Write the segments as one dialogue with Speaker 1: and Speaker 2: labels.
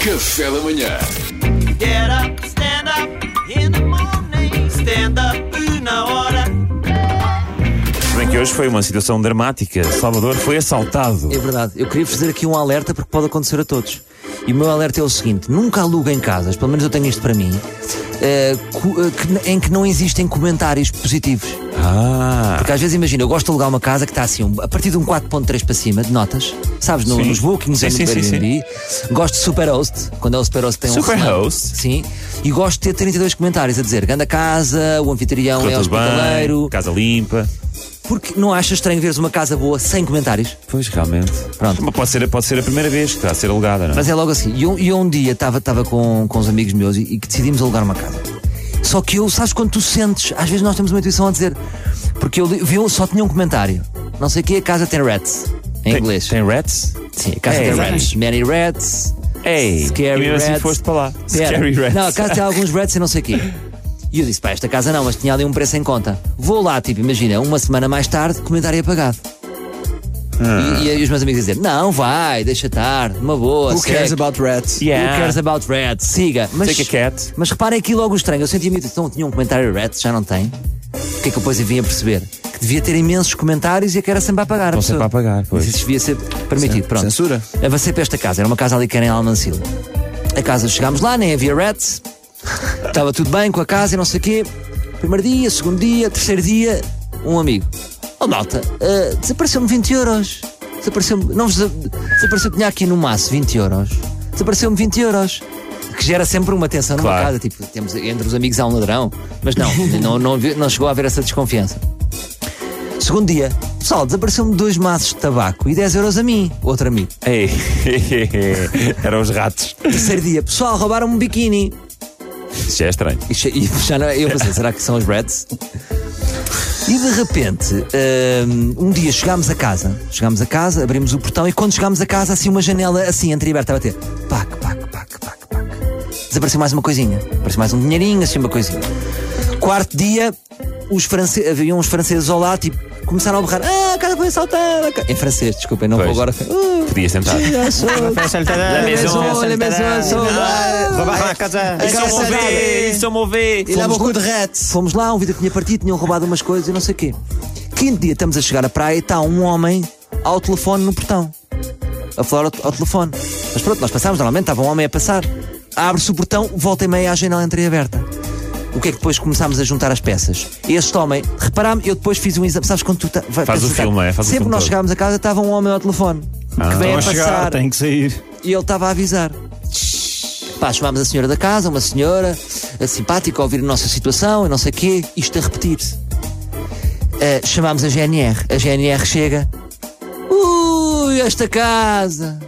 Speaker 1: Café da manhã.
Speaker 2: Get up, stand up in the morning. Stand up na hora.
Speaker 3: Se bem que hoje foi uma situação dramática. Salvador foi assaltado.
Speaker 4: É verdade. Eu queria fazer aqui um alerta porque pode acontecer a todos. E o meu alerta é o seguinte: nunca aluguem casas, pelo menos eu tenho isto para mim, eh, cu- eh, que n- em que não existem comentários positivos.
Speaker 3: Ah,
Speaker 4: Porque às vezes imagina, eu gosto de alugar uma casa que está assim, um- a partir de um 4.3 para cima, de notas, sabes, no-
Speaker 3: Sim.
Speaker 4: nos bookings
Speaker 3: Sim,
Speaker 4: ou no
Speaker 3: sim, sim,
Speaker 4: Airbnb. Gosto de Superhost, quando é o Superhost tem um restaurante.
Speaker 3: Superhost?
Speaker 4: Sim. E gosto de ter 32 comentários a dizer, ganda casa, o anfitrião é
Speaker 3: correu tudo bem,
Speaker 4: hospitaleiro.
Speaker 3: casa limpa.
Speaker 4: Porque não achas estranho veres uma casa boa sem comentários?
Speaker 3: Pois, realmente.
Speaker 4: Pronto.
Speaker 3: Mas pode ser, pode ser a primeira vez que está a ser alugada, não é?
Speaker 4: Mas é logo assim. E eu, e eu um dia estava estava com, com uns amigos meus e, e que decidimos alugar uma casa. Só que eu, sabes quando tu sentes, às vezes nós temos uma intuição a dizer, porque eu li- vi, um- só tinha um comentário. Não sei o que, a casa tem rats. Em
Speaker 3: Tem-
Speaker 4: inglês.
Speaker 3: Tem rats?
Speaker 4: Sim, a casa
Speaker 3: É,
Speaker 4: tem
Speaker 3: exatamente.
Speaker 4: rats. Many rats.
Speaker 3: Ei,
Speaker 4: Scary
Speaker 3: e mesmo assim
Speaker 4: rats.
Speaker 3: foste para lá.
Speaker 4: Pera.
Speaker 3: Scary rats.
Speaker 4: Não, a casa tem alguns rats e não sei o quê. E eu disse, pá, esta casa não, mas tinha ali um preço em conta. Vou lá, tipo, imagina, uma semana mais tarde, comentário apagado.
Speaker 3: Ah.
Speaker 4: E, e aí os meus amigos dizer, não, vai, deixa estar, uma boa.
Speaker 5: Who cares
Speaker 4: segue."
Speaker 5: about rats?
Speaker 3: Yeah.
Speaker 4: Who cares about rats? Siga. Mas,
Speaker 3: Take a cat.
Speaker 4: mas reparem aqui logo o estranho. Eu senti-me então, tinha um comentário rats, já não tem. O que é que eu depois vim a perceber? Que devia ter imensos comentários e a que era sempre a pagar.
Speaker 3: Estão sempre a apagar, pois.
Speaker 4: Isso devia ser permitido. Pronto.
Speaker 5: Censura.
Speaker 4: Avancei para esta casa. Era uma casa ali que era em Almancil. A casa, chegámos lá, nem havia rats. Estava tudo bem com a casa e não sei o quê. Primeiro dia, segundo dia, terceiro dia, um amigo. Oh, malta, ah, desapareceu-me 20 euros. Desapareceu-me. Não vos. Desapareceu. Tinha aqui no máximo 20 euros. Desapareceu-me 20 euros. Que gera sempre uma tensão numa
Speaker 3: Claro.
Speaker 4: casa. Tipo, temos entre os amigos há um ladrão. Mas não, não, não, vi- não chegou a haver essa desconfiança. Segundo dia, pessoal, desapareceu-me dois maços de tabaco e 10 euros a mim, outro amigo.
Speaker 3: Ei, eram os ratos.
Speaker 4: Terceiro dia, pessoal, roubaram-me um biquíni.
Speaker 3: Isso já é estranho.
Speaker 4: E che- e já não, é- eu pensei, será que são os Reds? E de repente, hum, um dia chegámos a casa, chegámos a casa, abrimos o portão e quando chegámos a casa, assim uma janela assim entreaberta a bater. Pac, pac, pac, pac, pac. Desapareceu mais uma coisinha. Apareceu mais um dinheirinho, assim uma coisinha. Quarto dia, os france... havia uns franceses ao lado, tipo, começaram a berrar. Ah, a casa foi assaltada. Em francês, desculpem, não vou
Speaker 3: Pois.
Speaker 4: agora. Ah,
Speaker 3: Podias tentar.
Speaker 4: La maison, la maison, saudade.
Speaker 3: Isso é mover.
Speaker 5: Il a beaucoup de rats.
Speaker 4: Fomos lá, um vidro que tinha partido, tinham roubado umas coisas e não sei o quê. Quinto dia estamos a chegar à praia e está um homem ao telefone no portão. A falar ao, ao telefone. Mas pronto, nós passámos, normalmente estava um homem a passar. Abre-se o portão, volta e meia a janela entreaberta. O que é que depois começámos a juntar as peças? Este homem, reparámos, eu depois fiz um exame, sabes quando tu tá, vai-
Speaker 3: Faz o
Speaker 4: pensas, tá,
Speaker 3: filme, é? Faz o
Speaker 4: Sempre que
Speaker 3: filme
Speaker 4: nós
Speaker 3: todo. Ah.
Speaker 4: chegámos a casa estava um homem ao telefone que vem
Speaker 6: Estão
Speaker 4: a
Speaker 6: a chegar,
Speaker 4: passar
Speaker 6: tem que sair.
Speaker 4: e ele estava a avisar. Pá, chamámos a senhora da casa, uma senhora eh, simpática, a ouvir a nossa situação e não sei o quê, isto a repetir-se. Eh, chamámos a GNR, a GNR chega. Ui, esta casa!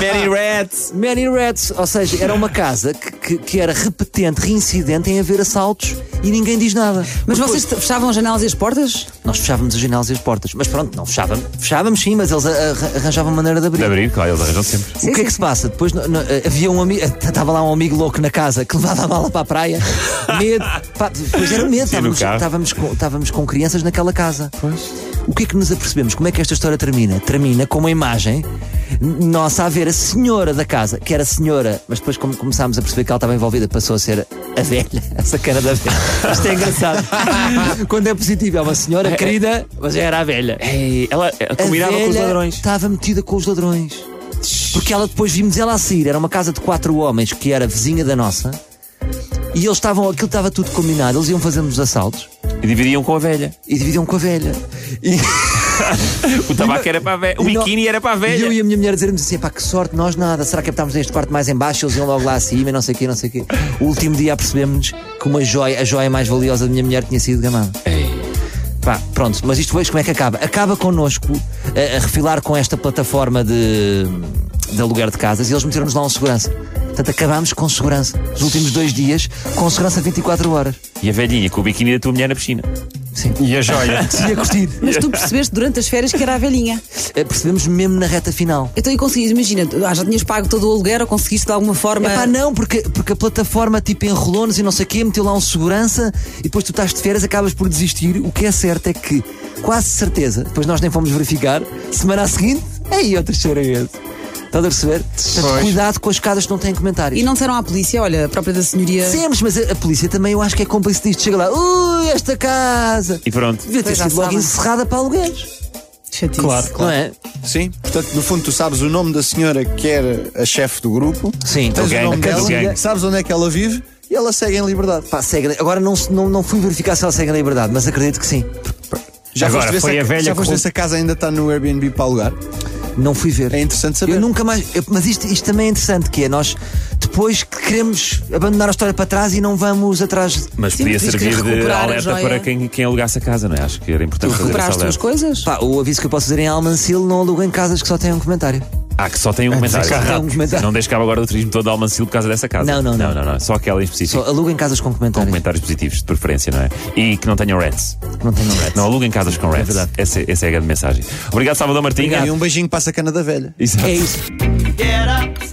Speaker 3: Many rats.
Speaker 4: Many Rats, ou seja, era uma casa que, que- que era repetente, reincidente em haver assaltos e ninguém diz nada.
Speaker 7: Mas vocês te- fechavam as janelas e as portas?
Speaker 4: Nós fechávamos as janelas e as portas, mas pronto, não fechávamos. Fechávamos sim, mas eles a- a- arranjavam maneira de abrir.
Speaker 3: De abrir, claro, eles arranjam sempre.
Speaker 4: o que é que se passa? Depois no- no- eh, havia um amigo, estava lá um amigo louco na casa que levava a mala para a praia, medo, pá, depois era medo,
Speaker 3: Tira o
Speaker 4: estávamos,
Speaker 3: carro.
Speaker 4: estávamos com, estávamos com crianças naquela casa. O que é que nos apercebemos? Como é que esta história termina? Termina com uma imagem n- nossa a ver a senhora da casa, que era senhora, mas depois como começámos a perceber que ela estava envolvida, passou a ser a velha, a sacana da velha. Isto é engraçado. Quando é positivo, é uma senhora querida, mas já era a velha.
Speaker 3: Ei, ela ela combinava com os
Speaker 4: velha
Speaker 3: ladrões.
Speaker 4: Estava metida com os ladrões. Porque ela depois vimos ela a sair. Era uma casa de quatro homens que era vizinha da nossa. E eles estavam, aquilo estava tudo combinado. Eles iam fazendo os assaltos
Speaker 3: E dividiam com a velha.
Speaker 4: e dividiam com a velha. E,
Speaker 3: O tabaco era para a velha. O
Speaker 4: e nó-
Speaker 3: biquíni era para a
Speaker 4: E eu
Speaker 3: velha.
Speaker 4: e a minha mulher dizermos assim: pá, que sorte, nós nada. Será que estávamos neste quarto mais em baixo? Eles iam logo lá acima e não sei o quê, não sei o quê. O último dia apercebemos que uma joia, a joia mais valiosa da minha mulher tinha sido gamada. Pá, pronto, mas isto vejo como é que acaba. Acaba connosco eh, a, a refilar com esta plataforma de, de aluguer de casas e eles meteram-nos lá um segurança. Portanto, acabámos com segurança. Os últimos dois dias, com segurança 24 horas.
Speaker 3: E a velhinha com o biquíni da tua mulher na piscina.
Speaker 4: Sim.
Speaker 6: E a joia.
Speaker 4: Tinha curtido.
Speaker 7: Mas tu percebeste durante as férias que era a velhinha.
Speaker 4: Eh, Percebemos mesmo na reta final.
Speaker 7: Então, e conseguiste, imagina, tu- ah, já tinhas pago todo o aluguer ou conseguiste de alguma forma.
Speaker 4: É pá, não, porque, porque a plataforma tipo enrolou-nos e não sei o quê, meteu lá um segurança e depois tu estás de férias, acabas por desistir. O que é certo é que, quase certeza, depois nós nem fomos verificar, semana a seguinte, aí outra chora é Estás a perceber? Portanto,
Speaker 3: Pois.
Speaker 4: cuidado com as casas que não têm comentários.
Speaker 7: E não disseram à polícia, olha, a própria da senhoria.
Speaker 4: Temos, mas a, a polícia também eu acho que é cúmplice disto. Chega lá, ui, esta casa.
Speaker 3: E pronto.
Speaker 4: Devia ter
Speaker 7: Pois já
Speaker 4: sido logo
Speaker 7: sabem.
Speaker 4: encerrada para aluguéis.
Speaker 7: Chatice.
Speaker 1: Claro,
Speaker 4: Não
Speaker 1: claro.
Speaker 4: é?
Speaker 1: Sim, portanto, no fundo, tu sabes o nome da senhora que era a chefe do grupo,
Speaker 4: Sim,
Speaker 1: tens
Speaker 3: do
Speaker 1: o
Speaker 3: gang,
Speaker 1: nome
Speaker 3: do
Speaker 1: dela,
Speaker 3: gang.
Speaker 1: sabes onde é que ela vive e ela segue em liberdade.
Speaker 4: Pá, segue, agora não, se- não, não fui verificar se ela segue a liberdade, mas acredito que sim.
Speaker 1: Já
Speaker 3: Agora,
Speaker 1: foste ver
Speaker 3: foi
Speaker 1: se
Speaker 3: a velha
Speaker 1: já foste
Speaker 3: que-
Speaker 1: ver se a casa ainda está no Airbnb para alugar?
Speaker 4: Não fui ver.
Speaker 1: É interessante saber.
Speaker 4: Eu nunca mais. eu- mas isto, isto também é interessante, que é nós depois que queremos abandonar a história para trás e não vamos atrás. de-
Speaker 3: Mas
Speaker 7: Sim,
Speaker 3: podia
Speaker 7: mas tens que
Speaker 3: servir de
Speaker 7: recuperar a
Speaker 3: alerta
Speaker 7: joia.
Speaker 3: para quem, quem alugasse a casa, não é? Acho que era importante fazer
Speaker 7: Recuperar as
Speaker 3: esse
Speaker 7: tuas
Speaker 3: alerta.
Speaker 7: coisas?
Speaker 4: Pá, o aviso que eu posso dizer em Almancil não aluguem casas que só têm um comentário.
Speaker 3: Ah, que só tem um comentário.
Speaker 4: só tem um comentário.
Speaker 3: Não deixe cabo agora o turismo todo de Almancil por causa dessa casa.
Speaker 4: Não, não, não.
Speaker 3: não, não, Só aquela em específico.
Speaker 4: Só aluguem casas com
Speaker 3: Com
Speaker 4: comentários.
Speaker 3: comentários positivos, de preferência, não é? E que não tenham rats.
Speaker 4: que Não tenham rats.
Speaker 3: Não aluguem casas com rats. essa, é essa é a grande mensagem. Obrigado, Salvador Martinha.
Speaker 1: E um beijinho para a sacana da velha.
Speaker 3: Exato.
Speaker 4: É isso.
Speaker 2: Get up,